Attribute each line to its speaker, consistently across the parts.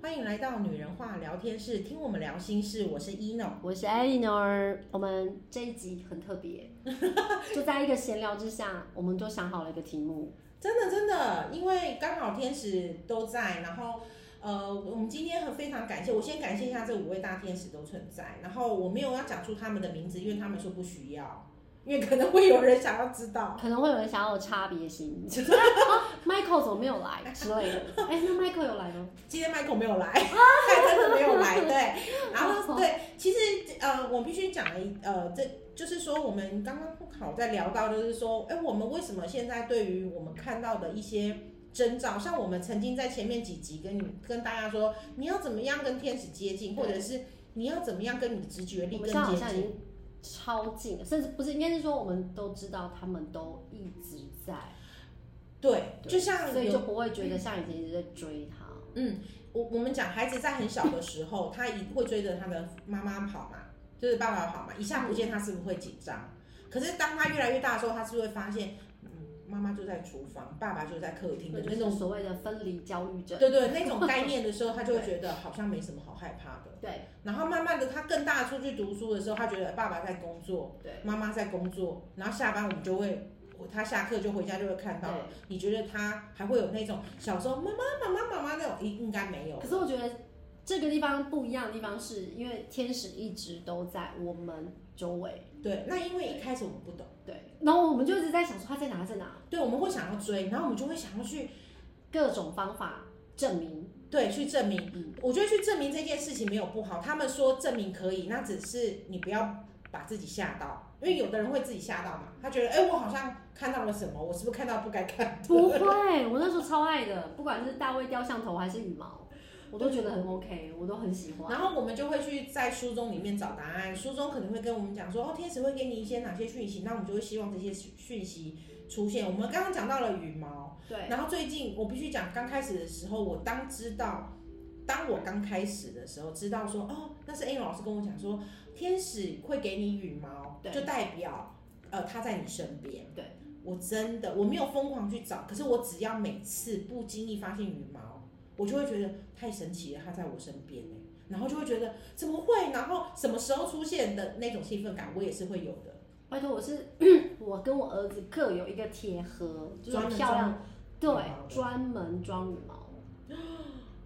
Speaker 1: 欢迎来到女人话聊天室，听我们聊心事。我是 ino，
Speaker 2: 我是 Eleanor，我们这一集很 特别，就在一个闲聊之下，我们就想好了一个题目。
Speaker 1: 真的真的，因为刚好天使都在，然后呃，我们今天很非常感谢，我先感谢一下这五位大天使都存在，然后我没有要讲出他们的名字，因为他们说不需要，因为可能会有人想要知道。
Speaker 2: 可能会有人想要有差 别心，就是啊，Michael 怎么没有来之类的。哎、 那 Michael 有来吗？
Speaker 1: 今天 Michael 没有
Speaker 2: 啊
Speaker 1: 来，他真的没有来， 对。然后对，其实呃，我必须讲一呃，这就是说我们刚刚好在聊到，就是说，哎，我们为什么现在对于我们看到的一些征兆，像我们曾经在前面几集跟你跟大家说，你要怎么样跟天使接近，
Speaker 2: 对
Speaker 1: 或者是你要怎么样跟你的直觉力
Speaker 2: 我
Speaker 1: 更
Speaker 2: 们现在好
Speaker 1: 接
Speaker 2: 像已
Speaker 1: 近。
Speaker 2: 经超近了，甚至不是，应该是说我们都知道他们都一直在，
Speaker 1: 对，
Speaker 2: 对
Speaker 1: 就像
Speaker 2: 所以
Speaker 1: 有
Speaker 2: 就不会觉得像以前一直在追他。
Speaker 1: 我我们讲孩子在很小的时候， 他一会追着他的妈妈跑嘛，就是爸爸跑嘛，一下不见他是不是会紧张？可是当他越来越大的时候，他是会发现，嗯，妈妈就在厨房，爸爸就在客厅的
Speaker 2: 就
Speaker 1: 那
Speaker 2: 是
Speaker 1: 种，
Speaker 2: 所谓的分离焦虑症。
Speaker 1: 对对，那种概念的时候，他就会觉得好像没什么好害怕的。
Speaker 2: 对
Speaker 1: 然后慢慢的，他更大出去读书的时候，他觉得爸爸在工作，
Speaker 2: 对
Speaker 1: 妈妈在工作，然后下班我们就会，他下课就回家就会看到。
Speaker 2: 对。
Speaker 1: 你觉得他还会有那种小时候妈妈妈妈妈妈那种？应应该没有
Speaker 2: 可。是我觉得这个地方不一样的地方是，因为天使一直都在我们周围，
Speaker 1: 对，那因为一开始我们不懂。
Speaker 2: 对，然后我们就一直在想说他在哪，他在哪，
Speaker 1: 对，我们会想要追，然后我们就会想要去
Speaker 2: 各种方法证明。
Speaker 1: 对去证明。
Speaker 2: 嗯
Speaker 1: 我觉得去证明这件事情没有不好，他们说证明可以，那只是你不要把自己吓到，因为有的人会自己吓到嘛，他觉得哎、我好像看到了什么，我是不是看到不该看的？
Speaker 2: 不会，我那时候超爱的，不管是大卫雕像头还是羽毛，我都觉得很 OK，我都很喜欢。
Speaker 1: 然后我们就会去在书中里面找答案，书中可能会跟我们讲说，哦，天使会给你一些哪些讯息，那我们就会希望这些讯讯息出现。我们刚刚讲到了羽毛，
Speaker 2: 对，
Speaker 1: 然后最近我必须讲，刚开始的时候，我当知道，当我刚开始的时候，知道说，哦，那是 A 老师跟我讲说，天使会给你羽毛，
Speaker 2: 对
Speaker 1: 就代表，呃，他在你身边。
Speaker 2: 对，
Speaker 1: 我真的我没有疯狂去找，可是我只要每次不经意发现羽毛，我就会觉得太神奇了，它在我身边哎，然后就会觉得怎么会，然后什么时候出现的那种兴奋感，我也是会有的。
Speaker 2: 拜托，我是 我跟我儿子各有一个铁盒，就是
Speaker 1: 专门
Speaker 2: 嗯漂亮，对
Speaker 1: 装羽毛，的
Speaker 2: 专门装羽毛。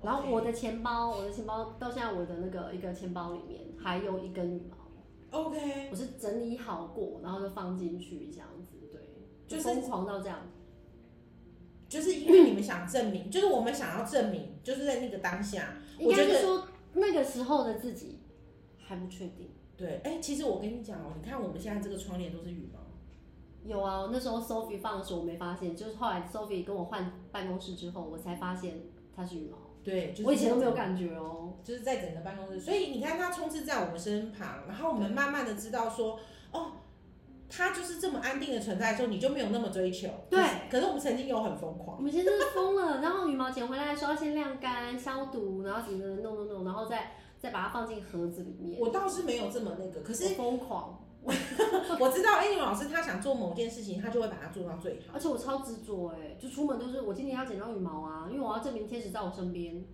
Speaker 2: 然后我的钱包，我的钱包到现在我的那个一个钱包里面还有一根羽毛，
Speaker 1: OK，
Speaker 2: 我是整理好过，然后就放进去这样子，对，
Speaker 1: 就是
Speaker 2: 疯狂到这样，
Speaker 1: 就是因为你们想证明，就是我们想要证明，就是在那个当下，
Speaker 2: 应
Speaker 1: 我觉
Speaker 2: 该
Speaker 1: 得
Speaker 2: 是说那个时候的自己还不确定。
Speaker 1: 对，哎、其实我跟你讲哦，你看我们现在这个窗帘都是羽毛，
Speaker 2: 有啊，那时候 Sophie 放的时候我没发现，就是后来 Sophie 跟我换办公室之后，我才发现它是羽毛，
Speaker 1: 对，就是、
Speaker 2: 我以前都没有，感觉哦。
Speaker 1: 就是在整个办公室，所以你看它充斥在我们身旁，然后我们慢慢的知道说，哦，它就是这么安定的存在的时候，你就没有那么追求，
Speaker 2: 对
Speaker 1: 可是可是我们曾经有很疯狂，
Speaker 2: 我们现在真的疯了，然后羽毛捡回来的时候要先晾干、消毒，然后怎么怎么弄弄弄，然后再再把它放进盒子里面。
Speaker 1: 我倒是没有这么那个，可
Speaker 2: 可
Speaker 1: 是
Speaker 2: 疯狂，
Speaker 1: 我知道 a 老师他想做某件事情，他就会把它做到最好。
Speaker 2: 而且我超执着哎，就出门都是我今天要捡到羽毛啊，因为我要证明天使在我身边。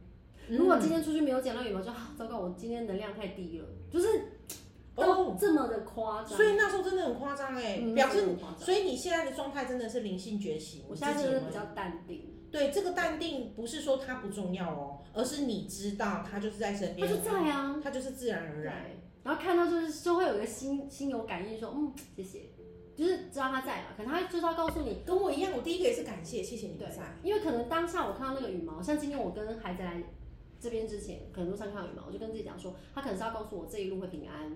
Speaker 2: 如
Speaker 1: 嗯
Speaker 2: 果今天出去没有捡到羽毛，就啊糟糕，我今天能量太低了，就是
Speaker 1: 哦，
Speaker 2: 到这么的夸张。
Speaker 1: 所以那时候真的很夸张哎，
Speaker 2: 嗯
Speaker 1: 表示
Speaker 2: 真的很夸张
Speaker 1: 所以你现在的状态真的是灵性觉醒。
Speaker 2: 我
Speaker 1: 你
Speaker 2: 现在
Speaker 1: 自己
Speaker 2: 真的
Speaker 1: 有没
Speaker 2: 比
Speaker 1: 有
Speaker 2: 较淡定，
Speaker 1: 对这个淡定，不是说它不重要哦，而是你知道它就是在身
Speaker 2: 他
Speaker 1: 边，
Speaker 2: 就在啊，
Speaker 1: 它就是自然而
Speaker 2: 对
Speaker 1: 然。。
Speaker 2: 然后看到就是就会有一个心心有感应说，嗯，谢谢，就是知道他在嘛，可能他就是要告诉你。
Speaker 1: 跟我一样，我第一个也是感谢，谢谢你
Speaker 2: 对
Speaker 1: 们在。，
Speaker 2: 因为可能当下我看到那个羽毛，像今天我跟孩子来这边之前，可能路上看到羽毛，我就跟自己讲说，他可能是要告诉我这一路会平安，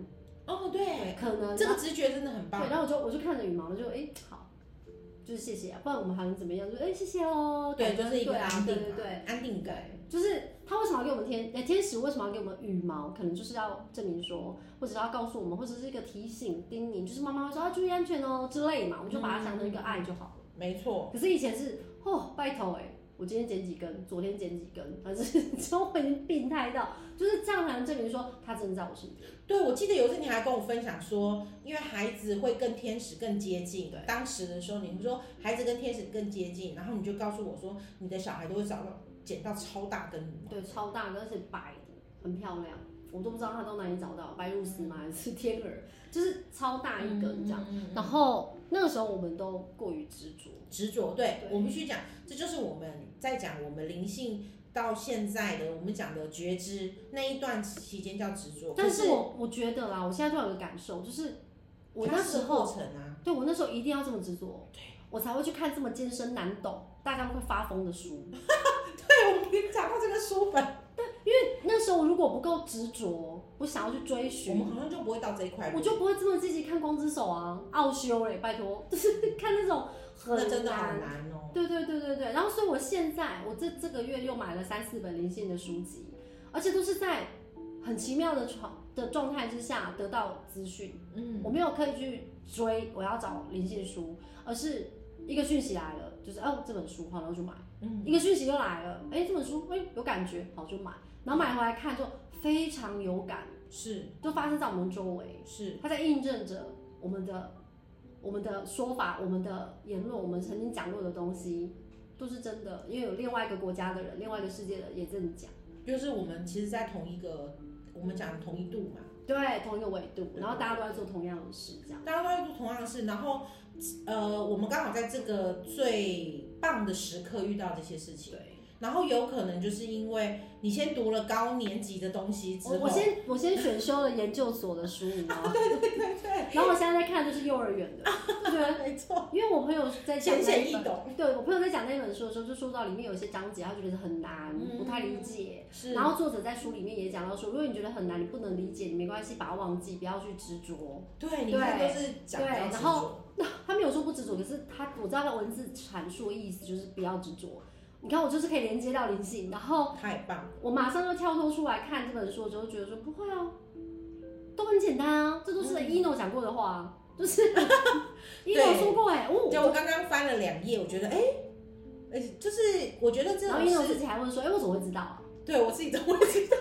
Speaker 1: 哦，对，
Speaker 2: 可能
Speaker 1: 这个直觉真的很
Speaker 2: 对，
Speaker 1: 棒。
Speaker 2: 然后我就我就看着羽毛，我就哎、好，就是谢谢、啊，不然我们还能怎么样？就哎、谢谢哦，
Speaker 1: 对，就是一个
Speaker 2: 对啊
Speaker 1: 安定
Speaker 2: 对
Speaker 1: 嘛，
Speaker 2: 对对
Speaker 1: 安定感。
Speaker 2: 对，就是他为什么要给我们天？哎，天使为什么要给我们羽毛？可能就是要证明说，或者是要告诉我们，或者是一个提醒、叮咛，就是妈妈会说要注意安全哦之类嘛，我们就把它想成一
Speaker 1: 嗯
Speaker 2: 个爱就好了。
Speaker 1: 没错，
Speaker 2: 可是以前是哦，拜托哎、我今天捡几根，昨天捡几根，反正 就会已经病态到，就是这样才能证明说他真的在我身边。
Speaker 1: 对，我记得有一次你还跟我分享说，因为孩子会跟天使更接近
Speaker 2: 对。
Speaker 1: 当时的时候，你会说孩子跟天使更接近，然后你就告诉我说，你的小孩都会找到捡到超大根羽毛，
Speaker 2: 对，超大的，而且白的，很漂亮。我都不知道它到哪里找到，白鹭鸶吗？还是天鹅？就是超大一
Speaker 1: 嗯
Speaker 2: 根这样。然后那个时候我们都过于执着，
Speaker 1: 执着，对
Speaker 2: 对
Speaker 1: 我们必须讲，这就是我们在讲我们灵性到现在的我们讲的觉知那一段期间叫执着，
Speaker 2: 但
Speaker 1: 可
Speaker 2: 是我我觉得啦，我现在突然有个感受，就是我
Speaker 1: 它
Speaker 2: 那
Speaker 1: 是
Speaker 2: 时候
Speaker 1: 过程啊，
Speaker 2: 对我那时候一定要这么执着，我才会去看这么艰深难懂、大家会发疯的书。
Speaker 1: 对我们讲到这个书本，
Speaker 2: 那时候如果不够执着，我想要去追
Speaker 1: 我
Speaker 2: 寻
Speaker 1: 们，好像就不会到这一块
Speaker 2: 我
Speaker 1: 路，
Speaker 2: 就不会这么积极看《光之手》啊、奥修嘞，拜托， 就是看那种
Speaker 1: 那
Speaker 2: 很
Speaker 1: 真的好
Speaker 2: 难。
Speaker 1: 难哦。
Speaker 2: 对对对对对，然后所以我现在我这这个月又买了三四本灵性的书籍，而且都是在很奇妙的状的状态之下得到资讯。
Speaker 1: 嗯，
Speaker 2: 我没有刻意去追我要找灵性书，而是一个讯息来了，就是哦这本书好，然后就买；
Speaker 1: 嗯
Speaker 2: 一个讯息又来了，哎这本书哎有感觉，好就买，然后买回来看就非常有感，
Speaker 1: 是
Speaker 2: 就发生在我们周围，
Speaker 1: 是，
Speaker 2: 它在印证着我们的我们的说法、我们的言论、我们曾经讲过的东西都是真的，因为有另外一个国家的人、另外一个世界的也这么讲，
Speaker 1: 就是我们其实，在同一个我们讲同一度嘛，
Speaker 2: 对，同一个维度，然后大家都在做同样的事，这样。
Speaker 1: 大家都在做同样的事，然后呃，我们刚好在这个最棒的时刻遇到这些事情。
Speaker 2: 对，
Speaker 1: 然后有可能就是因为你先读了高年级的东西之后，
Speaker 2: 哦我我先我先选修了研究所的书，你知道 吗？
Speaker 1: 对对，
Speaker 2: 然后我现在在看就是幼儿园的，就觉得
Speaker 1: 没错，
Speaker 2: 因为我朋友在讲
Speaker 1: 浅
Speaker 2: 那
Speaker 1: 显
Speaker 2: 一
Speaker 1: 易
Speaker 2: 本，
Speaker 1: 懂，
Speaker 2: 对我朋友在讲那本书的时候，就说到里面有一些章节，他觉得很难，
Speaker 1: 嗯
Speaker 2: 不太理解。
Speaker 1: 是
Speaker 2: 然后作者在书里面也讲到说，如果你觉得很难，你不能理解，你没关系，把它忘记，不要去执着。
Speaker 1: 对，你看都
Speaker 2: 对
Speaker 1: 是讲
Speaker 2: 对
Speaker 1: 到
Speaker 2: 然后那他没有说不执着，可是他我知道他文字阐述的意思就是不要执着。你看我就是可以连接到灵性，然后
Speaker 1: 太棒，
Speaker 2: 我马上就跳脱出来看这本书的时候，觉得说不会啊，都很简单啊，这都
Speaker 1: 嗯
Speaker 2: 是 ino 讲过的话、啊，就是 ino 说过哎、哦，
Speaker 1: 就我刚刚翻了两页，我觉得哎，哎，就是我觉得这
Speaker 2: 然后
Speaker 1: 种
Speaker 2: ino
Speaker 1: 事，
Speaker 2: 自己还问说，哎、我怎么会知道啊？
Speaker 1: 对我自己都会知道，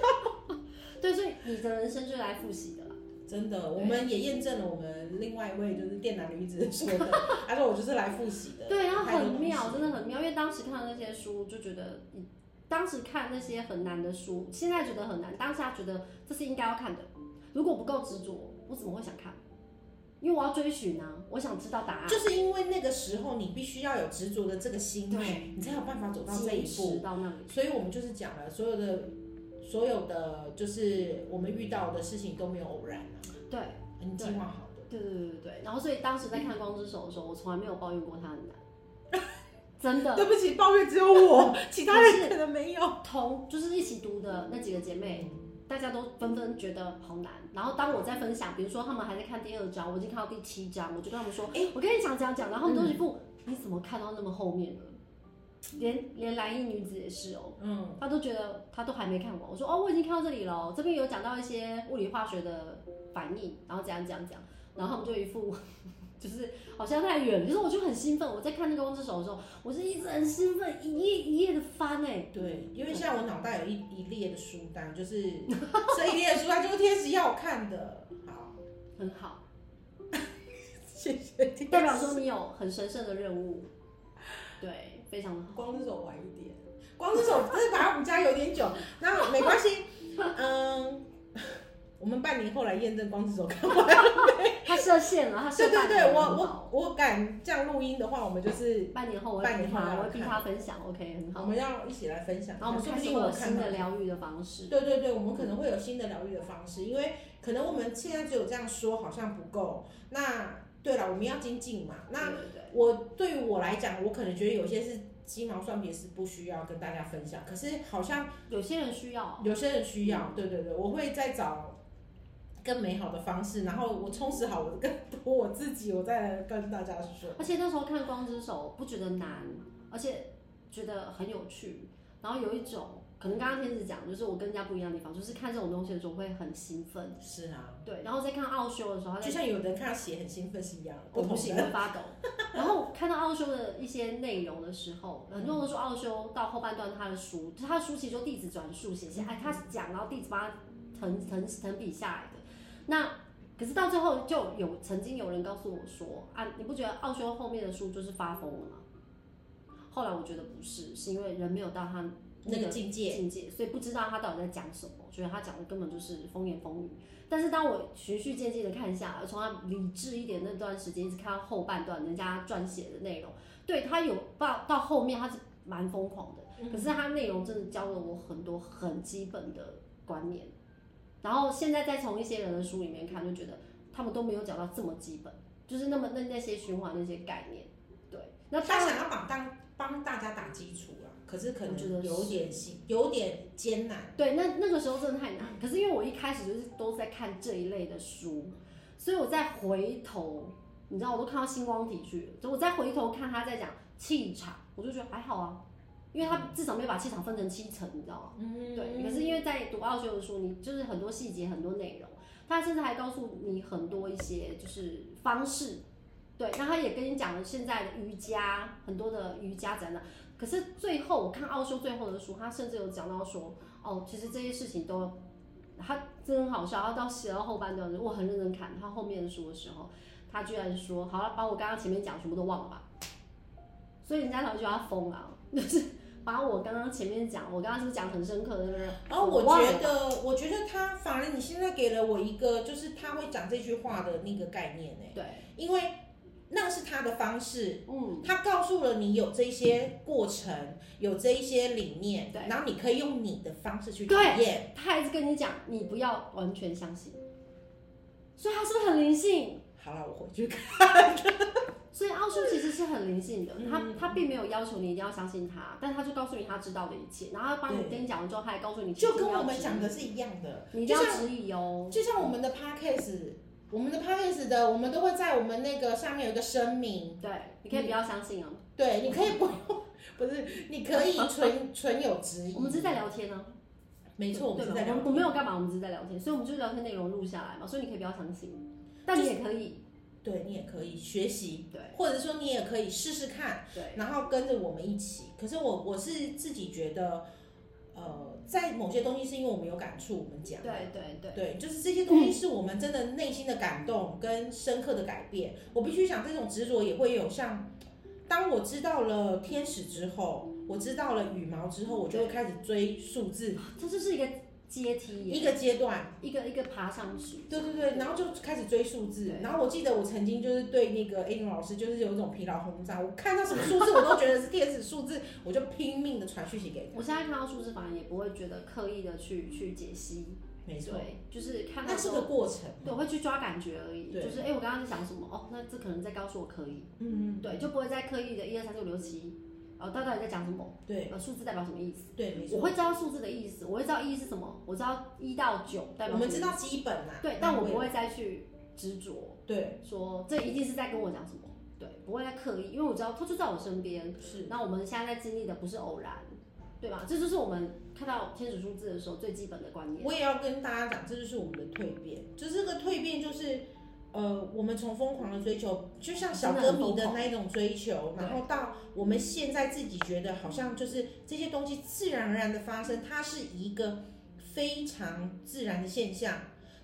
Speaker 2: 对，所以你的人生就是来复习的啦。
Speaker 1: 真的，我们也验证了我们另外一位就是电脑女子说的，她说我就是来复习的，
Speaker 2: 对，然后
Speaker 1: 太多
Speaker 2: 很
Speaker 1: 东
Speaker 2: 妙，
Speaker 1: 西
Speaker 2: 真的很妙，因为当时看的那些书，就觉得嗯当时看那些很难的书，现在觉得很难，当下觉得这是应该要看的。如果不够执着，我怎么会想看？因为我要追寻啊，我想知道答案。
Speaker 1: 就是因为那个时候你必须要有执着的这个心念，你才有办法走到这一
Speaker 2: 坚
Speaker 1: 步
Speaker 2: 持。到那里，
Speaker 1: 所以我们就是讲了，所有的所有的就是我们遇到的事情都没有偶然啊，
Speaker 2: 对。
Speaker 1: 很计划好的。
Speaker 2: 对对对对对，然后所以当时在看《光之手》的时候，我从来没有抱怨过它很 难，真的。
Speaker 1: 对不起，抱怨只有我，其他
Speaker 2: 可
Speaker 1: 人可能没有。
Speaker 2: 同就是一起读的那几个姐妹，大家都纷纷觉得好难。然后当我在分享，比如说他们还在看第二章，我已经看到第七章，我就跟他们说：“哎、我跟你讲讲讲。”然后他们都一副、你怎么看到那么后面了？”连连蓝衣女子也是哦，
Speaker 1: 嗯，
Speaker 2: 她都觉得她都还没看完。我说：“哦，我已经看到这里了哦，这边有讲到一些物理化学的反应，然后怎样怎样怎样。”然后他们就一副 就是好像太远了。可是我就很兴奋，我在看那个《光之手》的时候，我是一直很兴奋，一页一页的翻哎、
Speaker 1: 对，因为现在我脑袋有一一列的书单，就是这一列的书单就是天使要我看的。好，
Speaker 2: 很好，
Speaker 1: 谢谢。
Speaker 2: 代表说你有很神圣的任务，对，非常的好。
Speaker 1: 光之手晚一点，光之手真的把我们家有点久，那没关系。嗯，我们半年后来验证光之手看完。
Speaker 2: 他设限了，他设
Speaker 1: 对对
Speaker 2: 半年
Speaker 1: 对，我
Speaker 2: 很好
Speaker 1: 我我敢这样录音的话，我们就是
Speaker 2: 半年后我
Speaker 1: 半
Speaker 2: 会逼
Speaker 1: 年后
Speaker 2: 他，
Speaker 1: 要
Speaker 2: 我会逼
Speaker 1: 看
Speaker 2: 他分享，OK，很
Speaker 1: 我
Speaker 2: 好。
Speaker 1: 们要一起来分享。
Speaker 2: 然后我们
Speaker 1: 说
Speaker 2: 开
Speaker 1: 不
Speaker 2: 始
Speaker 1: 定
Speaker 2: 会
Speaker 1: 我
Speaker 2: 有
Speaker 1: 有看
Speaker 2: 新
Speaker 1: 到
Speaker 2: 的。疗愈的方式，
Speaker 1: 对对对，我们可能会有新的疗愈的方式，因为可能我们现在只有这样说好像不够。那对了，我们要精进嘛。那
Speaker 2: 对对对，
Speaker 1: 我对于我来讲，我可能觉得有些是鸡毛蒜皮是不需要跟大家分享，可是好像
Speaker 2: 有些人需要，
Speaker 1: 有些人需
Speaker 2: 嗯
Speaker 1: 要。对对对，我会再找更美好的方式，然后我充实好我更 多我自己，我再来跟大家说。
Speaker 2: 而且那时候看《光之手》不觉得难，而且觉得很有趣，然后有一种可能刚刚天使讲，就是我跟人家不一样的地方，就是看这种东西的时候会很兴奋，
Speaker 1: 是啊，
Speaker 2: 对，然后再看奥修的时候，他在
Speaker 1: 就像有的人看到血很兴奋是一样的，
Speaker 2: 我
Speaker 1: 同
Speaker 2: 不
Speaker 1: 的
Speaker 2: 行，会发抖。 然后看到奥修的一些内容的时候，很多人说奥修到后半段他的书，他的书其实就弟子转述写下，哎，
Speaker 1: 嗯
Speaker 2: 他讲，然后弟子帮他腾腾腾笔下来的。那可是到最后就有曾经有人告诉我说啊，你不觉得奥修后面的书就是发疯了吗？后来我觉得不是，是因为人没有到他
Speaker 1: 那个境界。
Speaker 2: 境界，所以不知道他到底在讲什么，觉得他讲的根本就是风言风语。但是当我循序渐进的看下来，从他理智一点那段时间，一直看到后半段人家撰写的内容，对他有到到后面他是蛮疯狂的，可是他内容真的教了我很多很基本的观念。然后现在再从一些人的书里面看，就觉得他们都没有讲到这么基本，就是那么那那些循环那些概念。对，那当
Speaker 1: 他
Speaker 2: 然
Speaker 1: 想要把当帮大家打基础啦，可是可
Speaker 2: 我觉得
Speaker 1: 能
Speaker 2: 是
Speaker 1: 有点辛，有点艰难。
Speaker 2: 对，那那个时候真的太难。可是因为我一开始就是都在看这一类的书，所以我再回头，你知道，我都看到星光体去了，就我再回头看他在讲气场，我就觉得还好啊，因为他至少没有把气场分成七层，你知道吗？
Speaker 1: 嗯
Speaker 2: 对。可是因为在读奥修的书，你就是很多细节，很多内容，他甚至还告诉你很多一些就是方式。对，那他也跟你讲了现在的瑜伽很多的瑜伽展览，可是最后我看奥修最后的书，他甚至有讲到说，哦，其实这些事情都，他真的好笑，他到写到后半段的时候，我很认真看他后面的书的时候，他居然说，好了，把我刚刚前面讲全部都忘了吧，所以人家才会觉得他疯啊， 就是把我刚刚前面讲，我刚刚是不是讲嗯很啊深刻的那个，
Speaker 1: 然后哦我
Speaker 2: 忘了
Speaker 1: 觉得，我觉得他反而你现在给了我一个，就是他会讲这句话的那个概念呢、
Speaker 2: 对，
Speaker 1: 因为那是他的方式，
Speaker 2: 嗯，
Speaker 1: 他告诉了你有这些过程，有这一些理念，
Speaker 2: 对
Speaker 1: 然后你可以用你的方式去体
Speaker 2: 对
Speaker 1: 验。
Speaker 2: 他还是跟你讲，你不要完全相信，所以他是不是很灵性？
Speaker 1: 好了，我回去看。
Speaker 2: 所以奥数其实是很灵性的，
Speaker 1: 嗯
Speaker 2: 他他并没有要求你一定要相信他，但他就告诉你他知道的一切，然后他帮你
Speaker 1: 对
Speaker 2: 跟你讲完之后，他还告诉你，
Speaker 1: 就跟我们讲的，是一样的，
Speaker 2: 你一定
Speaker 1: 就
Speaker 2: 要
Speaker 1: 像
Speaker 2: 质疑哦。
Speaker 1: 就像我们的 podcast，我们的 podcast 的，我们都会在我们那个下面有一个声明，
Speaker 2: 对，你可以不要相信啊，
Speaker 1: 对，你可以不用，不是，你可以存存有质疑。
Speaker 2: 我们只是在聊天呢、啊，
Speaker 1: 没错，我们
Speaker 2: 对
Speaker 1: 是
Speaker 2: 吧
Speaker 1: 在聊
Speaker 2: 我们没有干嘛，我们只是在聊天，所以我们就聊天内容录下来嘛，所以你可以不要相信，但你也可以，
Speaker 1: 对你也可以学习，
Speaker 2: 对
Speaker 1: 或者说你也可以试试看，
Speaker 2: 对，
Speaker 1: 然后跟着我们一起。可是我我是自己觉得，呃，在某些东西是因为我们有感触，我们讲。
Speaker 2: 对对对，
Speaker 1: 对，就是这些东西是我们真的内心的感动跟深刻的改变。我必须讲，这种执着也会有像，当我知道了天使之后，我知道了羽毛之后，我就会开始追数字
Speaker 2: 这就是一个阶梯
Speaker 1: 一
Speaker 2: 耶，
Speaker 1: 个阶段。
Speaker 2: 一个一个爬上去，
Speaker 1: 对对对，然后就开始追数字
Speaker 2: 对。
Speaker 1: 然后我记得我曾经就是对那个 A 林老师就是有一种疲劳轰炸，我看到什么数字我都觉得是天使数字，我就拼命的传讯息给
Speaker 2: 我现在看到数字，反而也不会觉得刻意的去去解析，
Speaker 1: 他。没错，
Speaker 2: 对，就是看到
Speaker 1: 那是
Speaker 2: 之
Speaker 1: 个
Speaker 2: 后，
Speaker 1: 过程。
Speaker 2: 对，我会去抓感觉而已，
Speaker 1: 对
Speaker 2: 就是哎、诶我刚刚在想什么？哦，那这可能在告诉我可以，
Speaker 1: 嗯，
Speaker 2: 对，就不会再刻意的一二三四五六七，哦，他到底在讲什么？
Speaker 1: 对
Speaker 2: 呃，数字代表什么意思？
Speaker 1: 对，没
Speaker 2: 我
Speaker 1: 错。
Speaker 2: 会知道数字的意思，我会知道一是什么，我知道一到九代表什
Speaker 1: 我
Speaker 2: 么
Speaker 1: 们知道基本啊啦。
Speaker 2: 对，但我不会再去执着，
Speaker 1: 对
Speaker 2: 说这一定是在跟我讲什么，对，不会再刻意，因为我知道他就在我身边，
Speaker 1: 是
Speaker 2: 那我们现在在经历的不是偶然，对吧？这就是我们看到天使数字的时候最基本的观念。
Speaker 1: 我也要跟大家讲，这就是我们的蜕变。就这个蜕变，就是呃，我们从疯狂的追求，就像小歌迷的那一种追求，
Speaker 2: 真的很疯狂
Speaker 1: 然后到我们现在自己觉得好像就是这些东西自然而然的发生，它是一个非常自然的现象。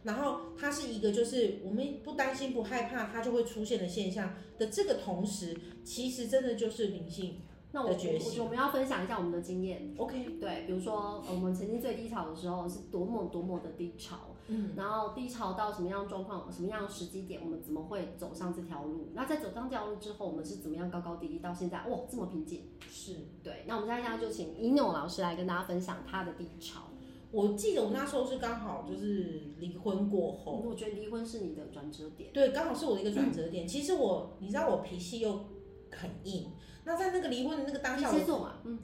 Speaker 1: 然后它是一个，就是我们不担心、不害怕，它就会出现的现象的这个同时，其实真的就是灵性。
Speaker 2: 那我
Speaker 1: 的
Speaker 2: 我
Speaker 1: 觉醒
Speaker 2: 我我们要分享一下我们的经验，
Speaker 1: OK，
Speaker 2: 对，比如说呃我们曾经最低潮的时候是多么多么的低潮，
Speaker 1: 嗯，
Speaker 2: 然后低潮到什么样的状况、什么样的时机点，我们怎么会走上这条路？那在走上这条路之后，我们是怎么样高高低低到现在？哇，这么平静。
Speaker 1: 是。
Speaker 2: 对，那我们现在就请一诺老师来跟大家分享他的低潮。
Speaker 1: 我记得我那时候是刚好就是离婚过后，
Speaker 2: 我觉得离婚是你的转折点。嗯
Speaker 1: 对，刚好是我的一个转折点。其实我，你知道我脾气又很硬，那在那个离婚的那个当下，
Speaker 2: 天
Speaker 1: 我
Speaker 2: 蝎座嘛，嗯，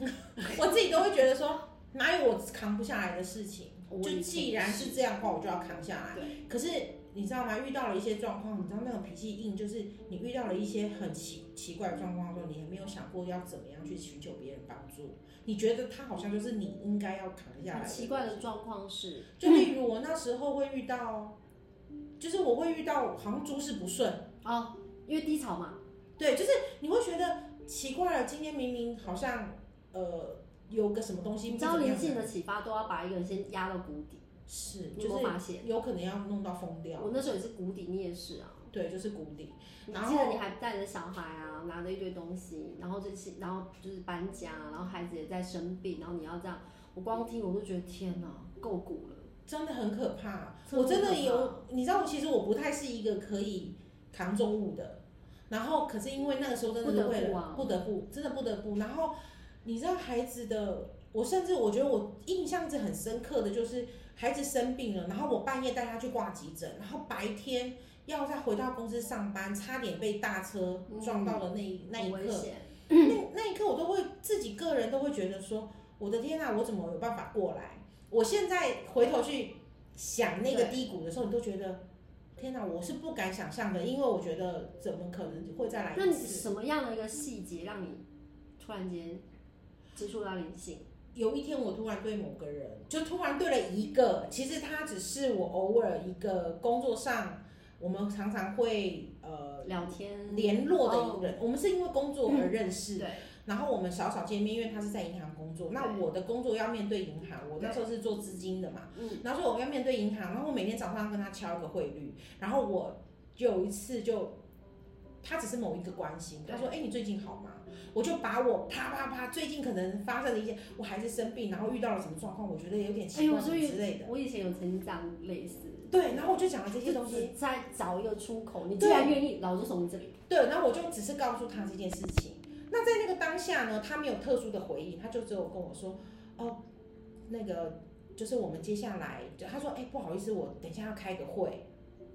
Speaker 1: 我自己都会觉得说，哪有我扛不下来的事情？
Speaker 2: 我
Speaker 1: 就
Speaker 2: 以前
Speaker 1: 既然是这样的话，我就要扛下来。可是你知道吗？遇到了一些状况，你知道那种脾气硬，就是你遇到了一些很奇奇怪的状况的时候，你还没有想过要怎么样去寻求别人帮助。你觉得他好像就是你应该要扛下来
Speaker 2: 很
Speaker 1: 的。
Speaker 2: 奇怪的状况是，
Speaker 1: 就例如我那时候会遇到，就是我会遇到好像诸事不顺。
Speaker 2: 哦，因为低潮嘛，
Speaker 1: 对，就是你会觉得奇怪了，今天明明好像呃有个什么东西
Speaker 2: 你
Speaker 1: 不
Speaker 2: 知
Speaker 1: 怎么
Speaker 2: 道
Speaker 1: 样，
Speaker 2: 灵性的启发都要把一个人先压到谷底，
Speaker 1: 是
Speaker 2: 你
Speaker 1: 就
Speaker 2: 有没有
Speaker 1: 是
Speaker 2: 发现？
Speaker 1: 有可能要弄到疯掉，
Speaker 2: 我那时候也是谷底，你也是啊，
Speaker 1: 对，就是谷底。
Speaker 2: 你
Speaker 1: 然
Speaker 2: 记得
Speaker 1: 后
Speaker 2: 你还带着小孩啊，拿着一堆东西，然后这些，然后就是搬家，啊然后孩子也在生病，然后你要这样，我光听我都觉得天哪，够苦了。
Speaker 1: 真的很可怕。
Speaker 2: 真的
Speaker 1: 我真
Speaker 2: 很
Speaker 1: 的
Speaker 2: 可
Speaker 1: 有，你知道，其实我不太是一个可以扛重物的。然后，可是因为那个时候真的
Speaker 2: 不
Speaker 1: 是
Speaker 2: 得
Speaker 1: 为
Speaker 2: 不
Speaker 1: 了
Speaker 2: 啊
Speaker 1: 不得不，真的不得不。然后，你知道孩子的，我甚至我觉得我印象是很深刻的，就是孩子生病了，然后我半夜带他去挂急诊，然后白天要再回到公司上班，差点被大车撞到的那一、那一
Speaker 2: 很危
Speaker 1: 刻，
Speaker 2: 险，啊
Speaker 1: 那那一刻我都会自己个人都会觉得说，我的天啊，我怎么有办法过来？我现在回头去想那个低谷的时候，你都觉得，天哪，我是不敢想象的，因为我觉得怎么可能会再来
Speaker 2: 那
Speaker 1: 一
Speaker 2: 你
Speaker 1: 次？
Speaker 2: 什么样的一个细节让你突然间接触到灵性？
Speaker 1: 有一天我突然对某个人，就突然对了一个，其实他只是我偶尔一个工作上，我们常常会呃
Speaker 2: 聊天
Speaker 1: 联络的一个
Speaker 2: 哦
Speaker 1: 人，我们是因为工作而认识的
Speaker 2: 对，
Speaker 1: 然后我们少少见面，因为他是在银行工作，那
Speaker 2: 对
Speaker 1: 我的工作要面对银行，我那时候是做资金的嘛，
Speaker 2: 嗯，
Speaker 1: 然后所以我要面对银行，然后我每天早上跟他敲一个汇率，然后我有一次就，他只是某一个关心，
Speaker 2: 对
Speaker 1: 他说，哎、你最近好吗？我就把我啪啪啪最近可能发生的一些，我孩子生病，然后遇到了什么状况，我觉得有点
Speaker 2: 哎
Speaker 1: 奇
Speaker 2: 呦
Speaker 1: 怪什
Speaker 2: 所
Speaker 1: 么
Speaker 2: 以
Speaker 1: 之类的，
Speaker 2: 我以前有曾经这样类似，
Speaker 1: 对，然后我就讲了这些
Speaker 2: 就
Speaker 1: 东西，
Speaker 2: 是在找一个出口。你既
Speaker 1: 对
Speaker 2: 然愿意，老子从你这里。
Speaker 1: 对，然后我就只是告诉他这件事情。那在那个当下呢，他没有特殊的回应，他就只有跟我说，哦，那个就是我们接下来，就他说，哎、不好意思，我等一下要开个会，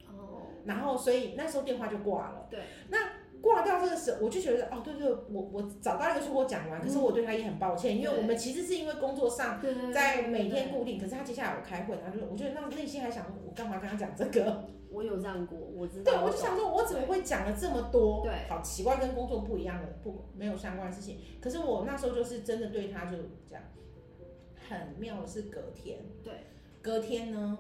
Speaker 2: 哦，
Speaker 1: 然后所以那时候电话就挂了。
Speaker 2: 对，
Speaker 1: 那挂掉这个时候，我就觉得，哦，对对，我我找到一个出口讲完，可是我对他也很抱歉，因为
Speaker 2: 对
Speaker 1: 我们其实是因为工作上。
Speaker 2: 对对对，
Speaker 1: 在
Speaker 2: 对
Speaker 1: 每天
Speaker 2: 对
Speaker 1: 固定，可是他接下来有开会，然后就我觉得那内心还想，我干嘛跟他讲这个？
Speaker 2: 我有这样过，我知道。
Speaker 1: 对，我就想说，我怎么会讲了这么多？
Speaker 2: 对
Speaker 1: 好奇怪，跟工作不一样的，不没有相关的事情。可是我那时候就是真的对他就这样，很妙的是隔天，
Speaker 2: 对，
Speaker 1: 隔天呢，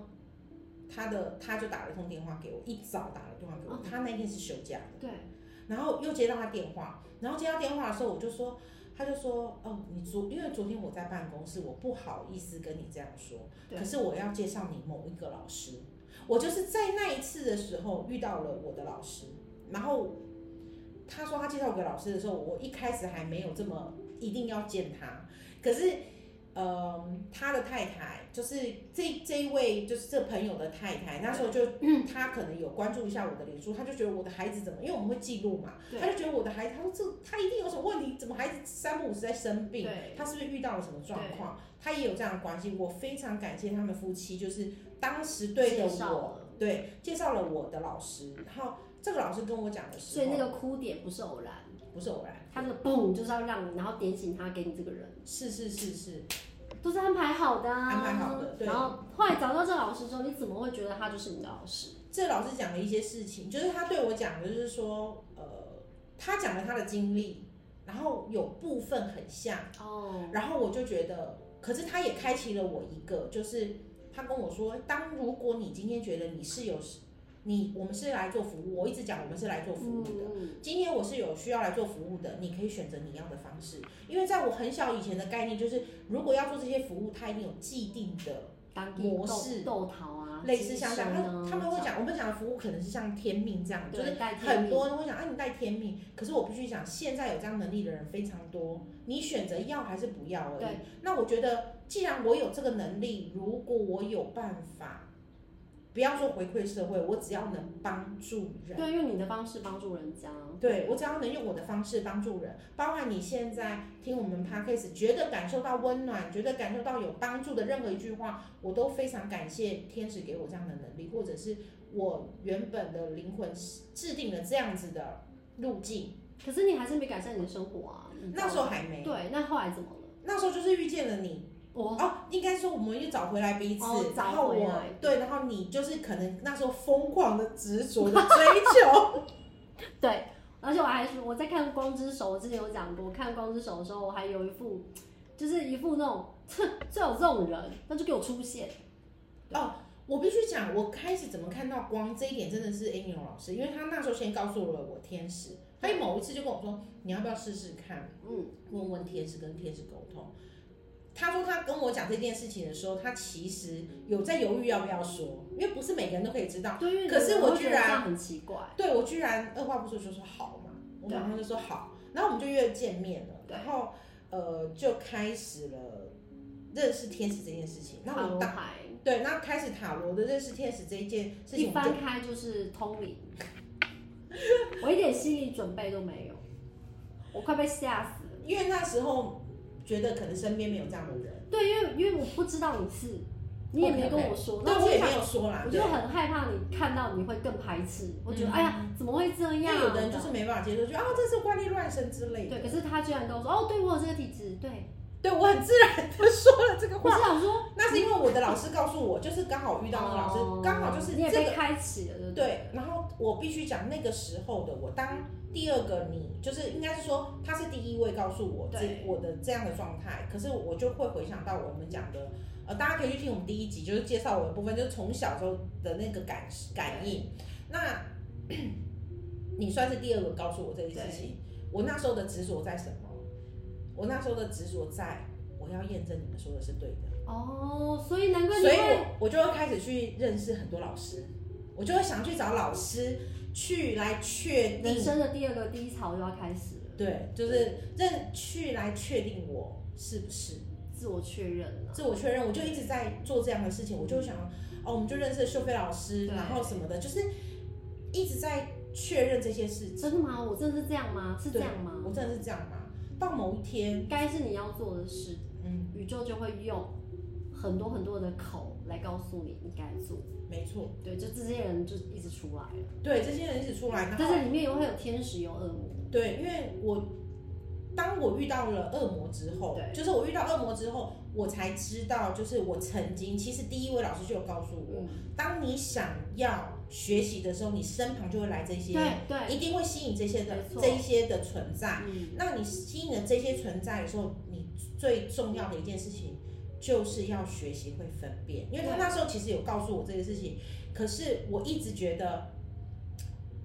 Speaker 1: 他的他就打了一通电话给我，一早打了电话给我，
Speaker 2: 嗯
Speaker 1: 他那天是休假的，
Speaker 2: 对，
Speaker 1: 然后又接到他电话，然后接到电话的时候，我就说，他就说，哦，你昨因为昨天我在办公室，我不好意思跟你这样说，
Speaker 2: 对
Speaker 1: 可是我要介绍你某一个老师，我就是在那一次的时候遇到了我的老师，然后他说他介绍我给老师的时候，我一开始还没有这么一定要见他，可是。嗯，他的太太就是这这一位，就是这朋友的太太，那时候就他可能有关注一下我的脸书，他就觉得我的孩子怎么，因为我们会记录嘛，
Speaker 2: 对
Speaker 1: 他就觉得我的孩子，他说这他一定有什么问题，怎么孩子三不五时在生病
Speaker 2: 对，
Speaker 1: 他是不是遇到了什么状况？他也有这样的关系，我非常感谢他们夫妻，就是当时对着
Speaker 2: 介绍
Speaker 1: 我，
Speaker 2: 了
Speaker 1: 对介绍了我的老师，然后这个老师跟我讲的时
Speaker 2: 所以
Speaker 1: 候，
Speaker 2: 那个哭点不是偶然，
Speaker 1: 不是偶然，
Speaker 2: 他的嘣就是要让你，然后点醒他给你这个人，
Speaker 1: 是是是是，
Speaker 2: 都是安排好的、啊，
Speaker 1: 安排好的对
Speaker 2: 然后后来找到这个老师之后，你怎么会觉得他就是你的老师？
Speaker 1: 这老师讲了一些事情，就是他对我讲的，就是说，呃，他讲了他的经历，然后有部分很像。
Speaker 2: 哦，
Speaker 1: 然后我就觉得，可是他也开启了我一个，就是他跟我说，当如果你今天觉得你是有，你我们是来做服务，我一直讲我们是来做服务的。
Speaker 2: 嗯，
Speaker 1: 今天我是有需要来做服务的，你可以选择你要的方式，因为在我很小以前的概念就是，如果要做这些服务，它一定有既定的，
Speaker 2: 当地
Speaker 1: 模
Speaker 2: 斗
Speaker 1: 式
Speaker 2: 斗桃啊，
Speaker 1: 类似像这样，
Speaker 2: 精神
Speaker 1: 他
Speaker 2: 啊
Speaker 1: 他们会讲，我们讲的服务可能是像天命这样，就
Speaker 2: 对
Speaker 1: 是
Speaker 2: 代替
Speaker 1: 很
Speaker 2: 你
Speaker 1: 多人会想，啊，你带天命，可是我必须讲，现在有这样能力的人非常多，你选择要还是不要而已
Speaker 2: 对。
Speaker 1: 那我觉得，既然我有这个能力，如果我有办法，不要说回馈社会，我只要能帮助人，
Speaker 2: 对，用你的方式帮助人家，
Speaker 1: 对我只要能用我的方式帮助人，包含你现在听我们 podcast 觉得感受到温暖，觉得感受到有帮助的任何一句话，我都非常感谢天使给我这样的能力，或者是我原本的灵魂制定了这样子的路径。
Speaker 2: 可是你还是没改善你的生活啊，你知道
Speaker 1: 那时候
Speaker 2: 吗
Speaker 1: 还没，
Speaker 2: 对，那后来怎么了？
Speaker 1: 那时候就是遇见了你，
Speaker 2: 我
Speaker 1: 哦，应该说我们又找回来彼此，
Speaker 2: 哦找
Speaker 1: 然后
Speaker 2: 回
Speaker 1: 我
Speaker 2: 来
Speaker 1: 对，然后你就是可能那时候疯狂的执着的追求，
Speaker 2: 对，而且我还说我在看《光之手》，我之前有讲过，看《光之手》的时候，我还有一副，就是一副那种，哼，最有这种人，那就给我出现。
Speaker 1: 我必须讲，我开始怎么看到光这一点真的是 Amy 龙老师，因为他那时候先告诉了我天使，他某一次就跟我说，你要不要试试看，
Speaker 2: 嗯，
Speaker 1: 问问天使跟天使沟通。他说他跟我讲这件事情的时候，他其实有在犹豫要不要说，因为不是每个人都可以知道。
Speaker 2: 对，因为
Speaker 1: 可是
Speaker 2: 你
Speaker 1: 我
Speaker 2: 会
Speaker 1: 居
Speaker 2: 觉得这
Speaker 1: 然
Speaker 2: 样很奇怪。
Speaker 1: 对我居然二话不说就说好嘛，我
Speaker 2: 对啊
Speaker 1: 马上就说好，然后我们就约了见面了，
Speaker 2: 对
Speaker 1: 然后呃就开始了认识天使这件事情。那
Speaker 2: 塔
Speaker 1: 我
Speaker 2: 罗
Speaker 1: 当
Speaker 2: 牌
Speaker 1: 对，那开始塔罗的认识天使这一件事
Speaker 2: 一
Speaker 1: 情，我们
Speaker 2: 翻开就是通灵，我一点心理准备都没有，我快被吓死了。
Speaker 1: 就因为那时候觉得可能身边没有这样的人，
Speaker 2: 对，因为因为我不知道你是，你也没跟我说，
Speaker 1: 对
Speaker 2: 那
Speaker 1: 我也
Speaker 2: 想
Speaker 1: 没有说啦
Speaker 2: 我，就
Speaker 1: 对。
Speaker 2: 很害怕你看到你会更排斥，我觉得、
Speaker 1: 嗯
Speaker 2: 哎呀怎么会这
Speaker 1: 因为
Speaker 2: 样？啊
Speaker 1: 有的人就是没办法接受，就啊这是怪力乱神之类的。
Speaker 2: 对，可是他居然跟我说哦，对我有这个体质，对，
Speaker 1: 对我很自然的说了这个
Speaker 2: 我
Speaker 1: 话，
Speaker 2: 是想说
Speaker 1: 那是因为我的老师告诉我，就是刚好遇到那个老
Speaker 2: 哦
Speaker 1: 师，刚好就是
Speaker 2: 你也
Speaker 1: 这个
Speaker 2: 被开启了，对不对？
Speaker 1: 对，然后我必须讲那个时候的我，当第二个你，就是应该是说他是第一位告诉我
Speaker 2: 对
Speaker 1: 这我的这样的状态，可是我就会回想到我们讲的，呃，大家可以去听我们第一集，就是介绍我的部分，就是从小时候的那个感感应。那 你算是第二个告诉我这件事情，我那时候的执着在什么？我那时候的执着在我要验证你们说的是对的。
Speaker 2: 哦，所以难怪你
Speaker 1: 所以
Speaker 2: 会
Speaker 1: 我我就会开始去认识很多老师，我就会想去找老师去来确
Speaker 2: 人
Speaker 1: 定，
Speaker 2: 生的第二个低潮就要开始了，
Speaker 1: 对，就是认去来确定我是不是
Speaker 2: 自我确认了。
Speaker 1: 自我确认，我就一直在做这样的事情，我就想哦，我们就认识了秀菲老师，
Speaker 2: 对
Speaker 1: 然后什么的，就是一直在确认这些事情。
Speaker 2: 真的吗？我真的是这样吗？是这样吗？
Speaker 1: 我真的是这样吗？到某一天，
Speaker 2: 该是你要做的事，
Speaker 1: 嗯，
Speaker 2: 宇宙就会用很多很多的口来告诉你你该做。
Speaker 1: 没错，
Speaker 2: 对，就这些人就一直出来了，
Speaker 1: 对，这些人一直出来，然
Speaker 2: 但
Speaker 1: 后
Speaker 2: 是里面也会有天使，有恶魔。
Speaker 1: 对，因为我当我遇到了恶魔之后，
Speaker 2: 对
Speaker 1: 就是我遇到恶魔之后，我才知道，就是我曾经其实第一位老师就有告诉我，
Speaker 2: 嗯，
Speaker 1: 当你想要学习的时候，你身旁就会来这些，
Speaker 2: 对对，
Speaker 1: 一定会吸引这些的
Speaker 2: 没错
Speaker 1: 这一些的存在。
Speaker 2: 嗯，
Speaker 1: 那你吸引了这些存在的时候，你最重要的一件事情就是要学习会分辨，因为他
Speaker 2: 对
Speaker 1: 那时候其实有告诉我这件事情，可是我一直觉得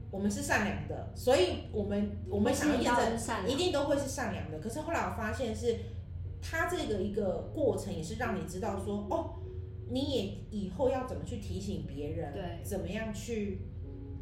Speaker 1: 我们是善良的，所以我们我们想要
Speaker 2: 是
Speaker 1: 验证
Speaker 2: 要善
Speaker 1: 一定都会是善良的。可是后来我发现是，他这个一个过程也是让你知道说，哦，你也以后要怎么去提醒别人，
Speaker 2: 对，
Speaker 1: 怎么样去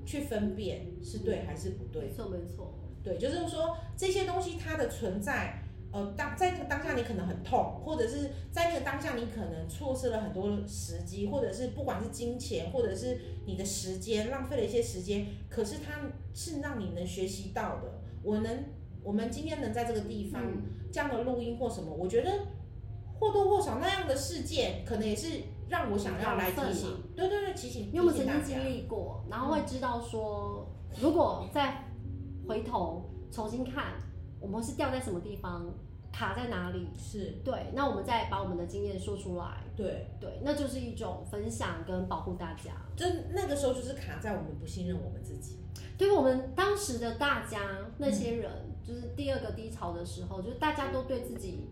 Speaker 1: 去分辨是对还是不对
Speaker 2: 没。错没错，
Speaker 1: 对，就是说这些东西它的存在，呃，当在那个当下你可能很痛，或者是在那个当下你可能错失了很多时机，或者是不管是金钱，或者是你的时间，浪费了一些时间，可是它是让你能学习到的。我能，我们今天能在这个地方、
Speaker 2: 嗯
Speaker 1: 这样的录音或什么，我觉得或多或少那样的事件，可能也是让我想要来提醒
Speaker 2: 养分，啊
Speaker 1: 对对对，提醒
Speaker 2: 因为我们
Speaker 1: 提
Speaker 2: 曾
Speaker 1: 醒大
Speaker 2: 经
Speaker 1: 家
Speaker 2: 经，历过，然后会知道说，如果再回头重新看，我们是掉在什么地方，卡在哪里。
Speaker 1: 是
Speaker 2: 对，那我们再把我们的经验说出来，
Speaker 1: 对，
Speaker 2: 对，那就是一种分享跟保护大家。
Speaker 1: 就那个时候就是卡在我们不信任我们自己。
Speaker 2: 对于我们当时的大家那些人，就是第二个低潮的时候，就是大家都对自己，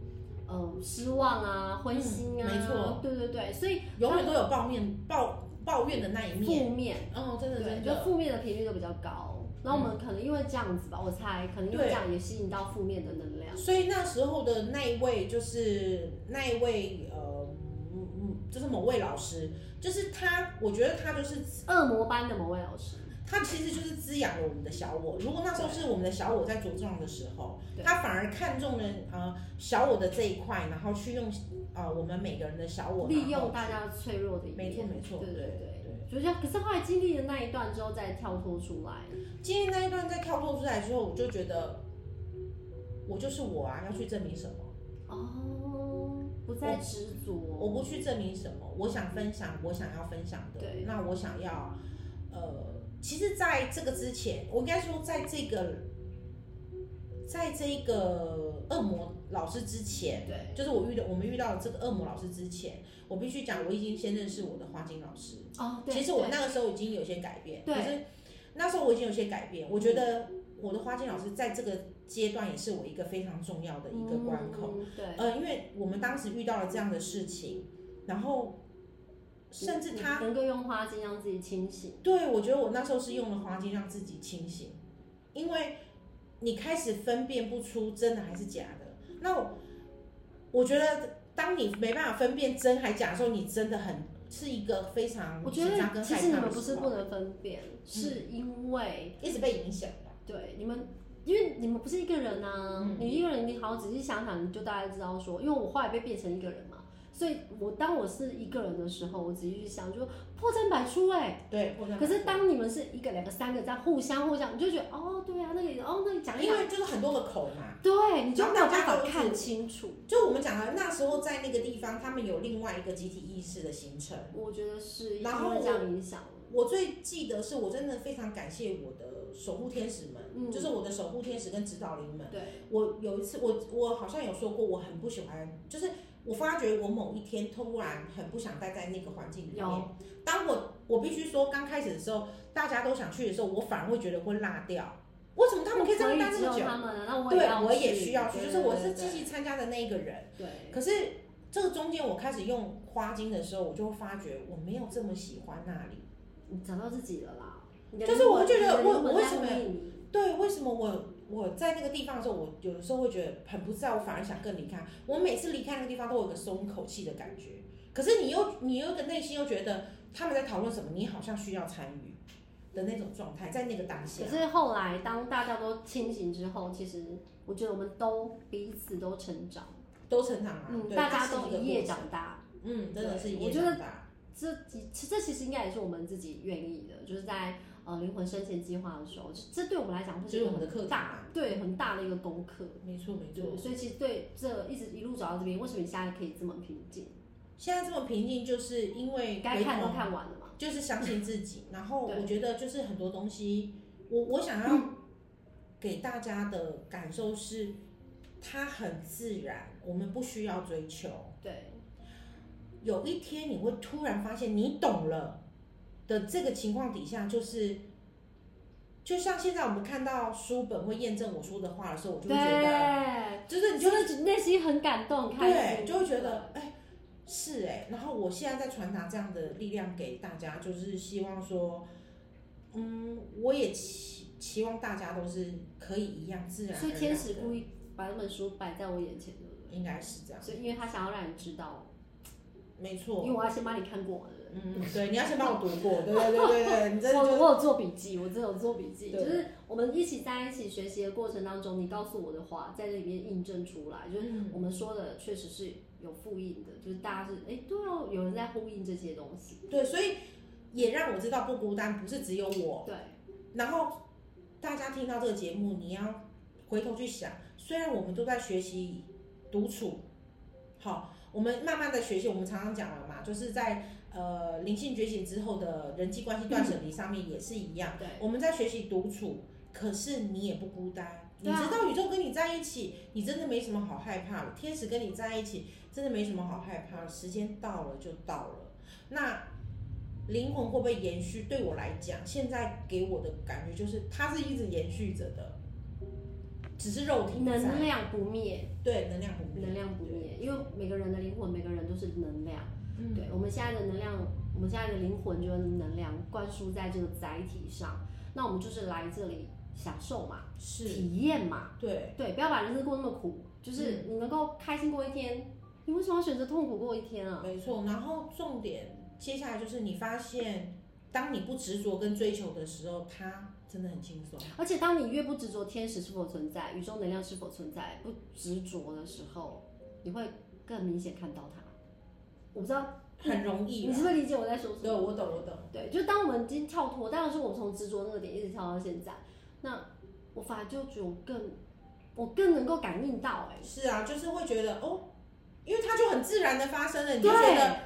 Speaker 2: 呃，失望啊、灰心啊，
Speaker 1: 嗯没错，
Speaker 2: 对对对，所以
Speaker 1: 永远都有抱怨抱抱怨的那一面。
Speaker 2: 负面，
Speaker 1: 哦，真的
Speaker 2: 对，
Speaker 1: 真
Speaker 2: 就
Speaker 1: 的，
Speaker 2: 负面的频率都比较高。然后我们可能因为这样子吧，我猜可能因为
Speaker 1: 嗯对
Speaker 2: 这样也吸引到负面的能量，
Speaker 1: 所以那时候的那一位就是那一位呃，嗯嗯，就是某位老师，就是他，我觉得他就是
Speaker 2: 恶魔般的某位老师，
Speaker 1: 他其实就是滋养了我们的小我。如果那时候是我们的小我在茁壮的时候
Speaker 2: 对，
Speaker 1: 他反而看中了呃小我的这一块，然后去用呃我们每个人的小我
Speaker 2: 利
Speaker 1: 然后
Speaker 2: 用大家脆弱的一
Speaker 1: 没错
Speaker 2: 面，
Speaker 1: 没错
Speaker 2: 对对
Speaker 1: 对
Speaker 2: 对。
Speaker 1: 对
Speaker 2: 就像，可是后来经历了那一段之后，再跳脱出来，
Speaker 1: 经历那一段再跳脱出来之后，我就觉得我就是我啊，要去证明什么？
Speaker 2: 哦，不再执着，
Speaker 1: 我不去证明什么，我想分享我想要分享的
Speaker 2: 对，
Speaker 1: 那我想要，呃，其实在这个之前，我应该说在这个，在这个恶魔老师之前，
Speaker 2: 对，
Speaker 1: 就是我遇到我们遇到这个恶魔老师之前，我必须讲，我已经先认识我的花精老师。
Speaker 2: 哦，对，
Speaker 1: 其实我
Speaker 2: 对
Speaker 1: 那个时候已经有些改变，
Speaker 2: 对
Speaker 1: 可是那时候我已经有些改变，我觉得我的花精老师在这个阶段也是我一个非常重要的一个关口。
Speaker 2: 嗯对，
Speaker 1: 呃，因为我们当时遇到了这样的事情，然后甚至他
Speaker 2: 嗯能够用花精让自己清醒，
Speaker 1: 对我觉得我那时候是用了花精让自己清醒，因为你开始分辨不出真的还是假的。那我我觉得当你没办法分辨真还假的时候，你真的很是一个非常
Speaker 2: 我觉
Speaker 1: 紧张跟
Speaker 2: 得其
Speaker 1: 害
Speaker 2: 实你
Speaker 1: 怕
Speaker 2: 们
Speaker 1: 的
Speaker 2: 不
Speaker 1: 时
Speaker 2: 是不
Speaker 1: 候，
Speaker 2: 能分辨，是因为
Speaker 1: 一直被影响吧。
Speaker 2: 对你们，因为你们不是一个人呐、
Speaker 1: 嗯
Speaker 2: 你一个人，你好好仔细想想，你就大概知道说，因为我后来被变成一个人嘛，所以我当我是一个人的时候，我仔细去想，就破绽百出哎、
Speaker 1: 对，我
Speaker 2: 可是当你们是一个、两个、三个这样互相互相，你就觉得哦，对啊，那个也哦，那个讲一
Speaker 1: 因
Speaker 2: 讲，
Speaker 1: 为就是很多个口嘛，
Speaker 2: 对，你就没有办
Speaker 1: 然后大家
Speaker 2: 法
Speaker 1: 都是
Speaker 2: 看清楚。
Speaker 1: 就我们讲的那时候在那个地方，他们有另外一个集体意识的形成。
Speaker 2: 我觉得是因
Speaker 1: 然后
Speaker 2: 为这样影响了。
Speaker 1: 我最记得是我真的非常感谢我的守护天使们，
Speaker 2: 嗯
Speaker 1: 就是我的守护天使跟指导灵们。
Speaker 2: 对，
Speaker 1: 我有一次，我我好像有说过，我很不喜欢，就是我发觉我某一天突然很不想待在那个环境里面。
Speaker 2: 有
Speaker 1: 当我我必须说，刚开始的时候，大家都想去的时候，我反而会觉得会落掉。为什么他们可以这样待
Speaker 2: 只
Speaker 1: 那
Speaker 2: 有
Speaker 1: 么久？
Speaker 2: 他们，那我
Speaker 1: 对，
Speaker 2: 要
Speaker 1: 我也需要去，
Speaker 2: 对
Speaker 1: 就是我是
Speaker 2: 对
Speaker 1: 积极参加的那一个人。
Speaker 2: 对
Speaker 1: 可是这个中间，我开始用花精的时候，我就发觉我没有这么喜欢那里。
Speaker 2: 你找到自己了啦。你的
Speaker 1: 就是
Speaker 2: 灵
Speaker 1: 我
Speaker 2: 魂
Speaker 1: 觉得
Speaker 2: 你的
Speaker 1: 我
Speaker 2: 灵魂
Speaker 1: 我为
Speaker 2: 在
Speaker 1: 什么
Speaker 2: 呼应你
Speaker 1: 对，为什么我我在那个地方的时候，我有的时候会觉得很不自在，我反而想更离开。我每次离开那个地方，都有一个松口气的感觉。可是你又你又的内心又觉得他们在讨论什么，你好像需要参与的那种状态，在那个当下
Speaker 2: 可。是后来，当大家都清醒之后，其实我觉得我们都彼此都成长，
Speaker 1: 都成长啊，
Speaker 2: 嗯，
Speaker 1: 对
Speaker 2: 大
Speaker 1: 它
Speaker 2: 家
Speaker 1: 是
Speaker 2: 都
Speaker 1: 一个
Speaker 2: 夜
Speaker 1: 过程，
Speaker 2: 长大。
Speaker 1: 嗯，真的是一
Speaker 2: 对
Speaker 1: 夜
Speaker 2: 我觉
Speaker 1: 长
Speaker 2: 得
Speaker 1: 大，
Speaker 2: 这其实这其实应该也是我们自己愿意的，就是在呃灵魂生前计划的时候，这这对我们来讲会
Speaker 1: 就是是
Speaker 2: 一
Speaker 1: 我
Speaker 2: 个
Speaker 1: 们的课
Speaker 2: 很
Speaker 1: 题
Speaker 2: 大
Speaker 1: 嘛。
Speaker 2: 对很大的一个功课。
Speaker 1: 没错没错
Speaker 2: 对，。所以其实对这一直一路走到这边，为什么你现在可以这么平静？
Speaker 1: 现在这么平静，就是因为
Speaker 2: 该
Speaker 1: 回
Speaker 2: 看
Speaker 1: 头
Speaker 2: 的看完了嘛。
Speaker 1: 就是相信自己。然后
Speaker 2: 对
Speaker 1: 我觉得就是很多东西，我我想要给大家的感受是，它很自然，我们不需要追求。
Speaker 2: 对，
Speaker 1: 有一天你会突然发现你懂了的这个情况底下，就是。就像现在我们看到书本会验证我说的话的时候，我就会觉得，
Speaker 2: 对，
Speaker 1: 就是你
Speaker 2: 你
Speaker 1: 就
Speaker 2: 就
Speaker 1: 会
Speaker 2: 会内心很感动、很
Speaker 1: 对，
Speaker 2: 开心，
Speaker 1: 就会觉得哎、是哎、然后我现在在传达这样的力量给大家，就是希望说，嗯，我也期期望大家都是可以一样自然而然的。
Speaker 2: 所以天使故意把那本书摆在我眼前，对不对？
Speaker 1: 应该是这样，哦
Speaker 2: 所以因为他想要让你知道，
Speaker 1: 没
Speaker 2: 因
Speaker 1: 错。
Speaker 2: 为我要先帮你看过嘛，对不对？
Speaker 1: 嗯，对，你要先帮我读过，对对对对对，你真的
Speaker 2: 我
Speaker 1: 就是
Speaker 2: 我有做笔记，我真的有做笔记，
Speaker 1: 对
Speaker 2: 就是我们一起在一起学习的过程当中，你告诉我的话，在这里面印证出来，就是
Speaker 1: 嗯
Speaker 2: 我们说的确实是有复印的，就是大家是哎、对哦，有人在呼应这些东西，
Speaker 1: 对，所以也让我知道不孤单，不是只有我。
Speaker 2: 对，
Speaker 1: 然后大家听到这个节目，你要回头去想，虽然我们都在学习独处，好，我们慢慢的学习，我们常常讲了嘛，就是在呃灵性觉醒之后的人际关系断舍离上面也是一样，
Speaker 2: 对
Speaker 1: 我们在学习独处，可是你也不孤单，你
Speaker 2: 对啊
Speaker 1: 知道宇宙跟你在一起，你真的没什么好害怕的，天使跟你在一起，真的没什么好害怕的，时间到了就到了，那。灵魂会不会延续？对我来讲，现在给我的感觉就是它是一直延续着的，只是肉体在
Speaker 2: 能量不灭，
Speaker 1: 对能量不
Speaker 2: 能量不灭，因为每个人的灵魂，每个人都是能量，
Speaker 1: 嗯
Speaker 2: 对，我们现在的能量，我们现在的灵魂就是能量灌输在这个载体上，那我们就是来这里享受嘛，
Speaker 1: 是，
Speaker 2: 体验嘛。
Speaker 1: 对，
Speaker 2: 对，不要把人生过那么苦，就是你能够开心过一天，你为什么要选择痛苦过一天啊？
Speaker 1: 没错。然后重点接下来就是你发现，当你不执着跟追求的时候，它真的很轻松。
Speaker 2: 而且当你越不执着天使是否存在、宇宙能量是否存在，不执着的时候，你会更明显看到它。我不知道
Speaker 1: 很容易
Speaker 2: 你
Speaker 1: 啦。
Speaker 2: 是不是理解我在说什
Speaker 1: 对，
Speaker 2: 么？
Speaker 1: 我懂，我懂。
Speaker 2: 对，就当我们已经跳脱，当然是我从执着那个点一直跳到现在，那我反而就觉得我更，我更能够感应到、哎，
Speaker 1: 是啊，就是会觉得哦，因为它就很自然的发生了，你就觉得
Speaker 2: 对，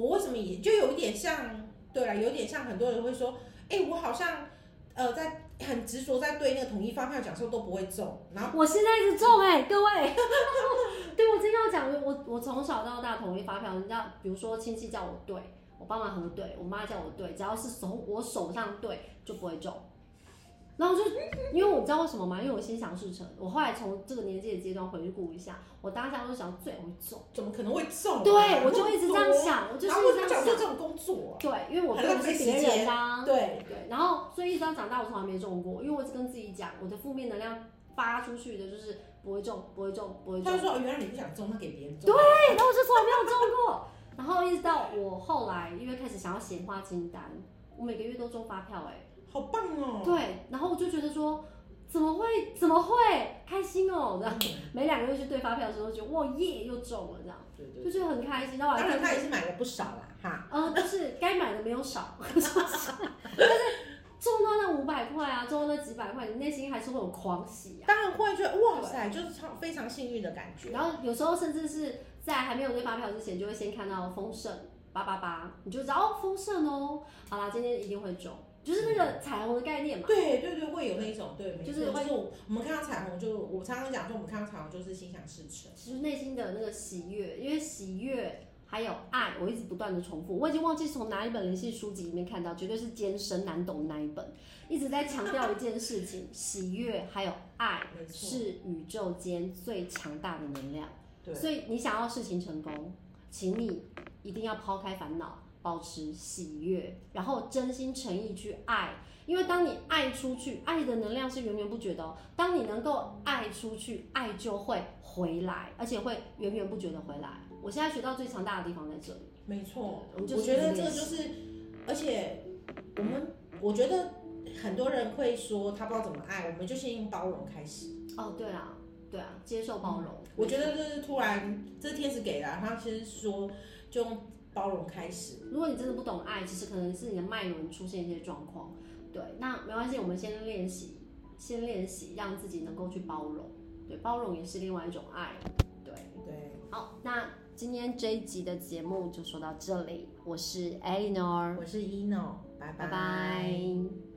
Speaker 1: 我为什么也就有一点像，对啊啦，有点像很多人会说，哎、我好像呃在很执着在对那个统一发票讲说都不会中，然后
Speaker 2: 我现在一直中哎、各位， 对我真的要讲，我我从小到大统一发票，人家比如说亲戚叫我对，我爸妈核对，我妈叫我对，只要是从我手上对就不会中。然后我就，因为我知道为什么吗？因为我心想事成。我后来从这个年纪的阶段回顾一下，我当下就想最容易中，
Speaker 1: 怎么可能会中、啊？
Speaker 2: 对我就一直这样
Speaker 1: 多
Speaker 2: 想，我就是
Speaker 1: 然后为
Speaker 2: 一
Speaker 1: 什么找
Speaker 2: 直这样
Speaker 1: 做
Speaker 2: 想，
Speaker 1: 这种工作、
Speaker 2: 对，因为我
Speaker 1: 很
Speaker 2: 并
Speaker 1: 浪
Speaker 2: 不
Speaker 1: 费
Speaker 2: 是
Speaker 1: 时
Speaker 2: 别人
Speaker 1: 间
Speaker 2: 啊
Speaker 1: 啊？，对，
Speaker 2: 对，然后所以一直到长大，我从来没中过，因为我一直跟自己讲，我的负面能量发出去的就是不会中，不会中，不会中
Speaker 1: 他就。说哦，原来你不想中，那给别人中。啊
Speaker 2: 对，然后我就从来没有中过。然后一直到我后来，因为开始想要显化清单，我每个月都中发票哎、
Speaker 1: 好棒哦！
Speaker 2: 对，然后我就觉得说，怎么会怎么会开心哦、然后每两个月去对发票的时候，觉得哇耶又中了这样，
Speaker 1: 对对
Speaker 2: 就
Speaker 1: 对，
Speaker 2: 觉得很开心。然后我
Speaker 1: 当
Speaker 2: 还
Speaker 1: 然
Speaker 2: 看
Speaker 1: 他也是买了不少啦，哈。
Speaker 2: 呃，就是该买的没有少， 但是中到那五百块啊，中到那几百块，你内心还是会有狂喜啊。
Speaker 1: 当然会觉得哇塞，就是超非常幸运的感觉。
Speaker 2: 然后有时候甚至是在还没有对发票之前，就会先看到丰盛八八八，你就知道哦丰盛哦，好啦，今天一定会中，就是那个彩虹的概念嘛。
Speaker 1: 对对对，会有那一种对，没
Speaker 2: 就
Speaker 1: 错，
Speaker 2: 是会
Speaker 1: 就是我我们看到彩虹就，我常常讲说，我们看到彩虹就是心想事成。
Speaker 2: 其实内心的那个喜悦，因为喜悦还有爱，我一直不断的重复，我已经忘记从哪一本灵性书籍里面看到，绝对是艰深难懂的那一本，一直在强调一件事情：喜悦还有爱
Speaker 1: 没错
Speaker 2: 是宇宙间最强大的能量。
Speaker 1: 对
Speaker 2: 所以你想要事情成功，请你一定要抛开烦恼，保持喜悦，然后真心诚意去爱。因为当你爱出去，爱的能量是源源不绝的哦。当你能够爱出去，爱就会回来，而且会源源不绝的回来。我现在学到最强大的地方在这里。
Speaker 1: 没错，
Speaker 2: 我们就
Speaker 1: 我
Speaker 2: 是
Speaker 1: 觉得
Speaker 2: 一
Speaker 1: 这
Speaker 2: 直
Speaker 1: 个
Speaker 2: 练
Speaker 1: 就
Speaker 2: 习
Speaker 1: 是，而且我们我觉得很多人会说他不知道怎么爱，我们就先用包容开始。
Speaker 2: 哦，对啊，对啊，接受包容。
Speaker 1: 我觉得这是突然，这是天使给的啊，他先说就用包容开始。
Speaker 2: 如果你真的不懂爱，其实可能是你的脉轮出现一些状况。对，那没关系，我们先练习，先练习，让自己能够去包容。对，包容也是另外一种爱。对，
Speaker 1: 对，
Speaker 2: 好，那今天这一集的节目就说到这里，我是 Eleanor，
Speaker 1: 我是 Eno，
Speaker 2: 拜
Speaker 1: 拜拜
Speaker 2: 拜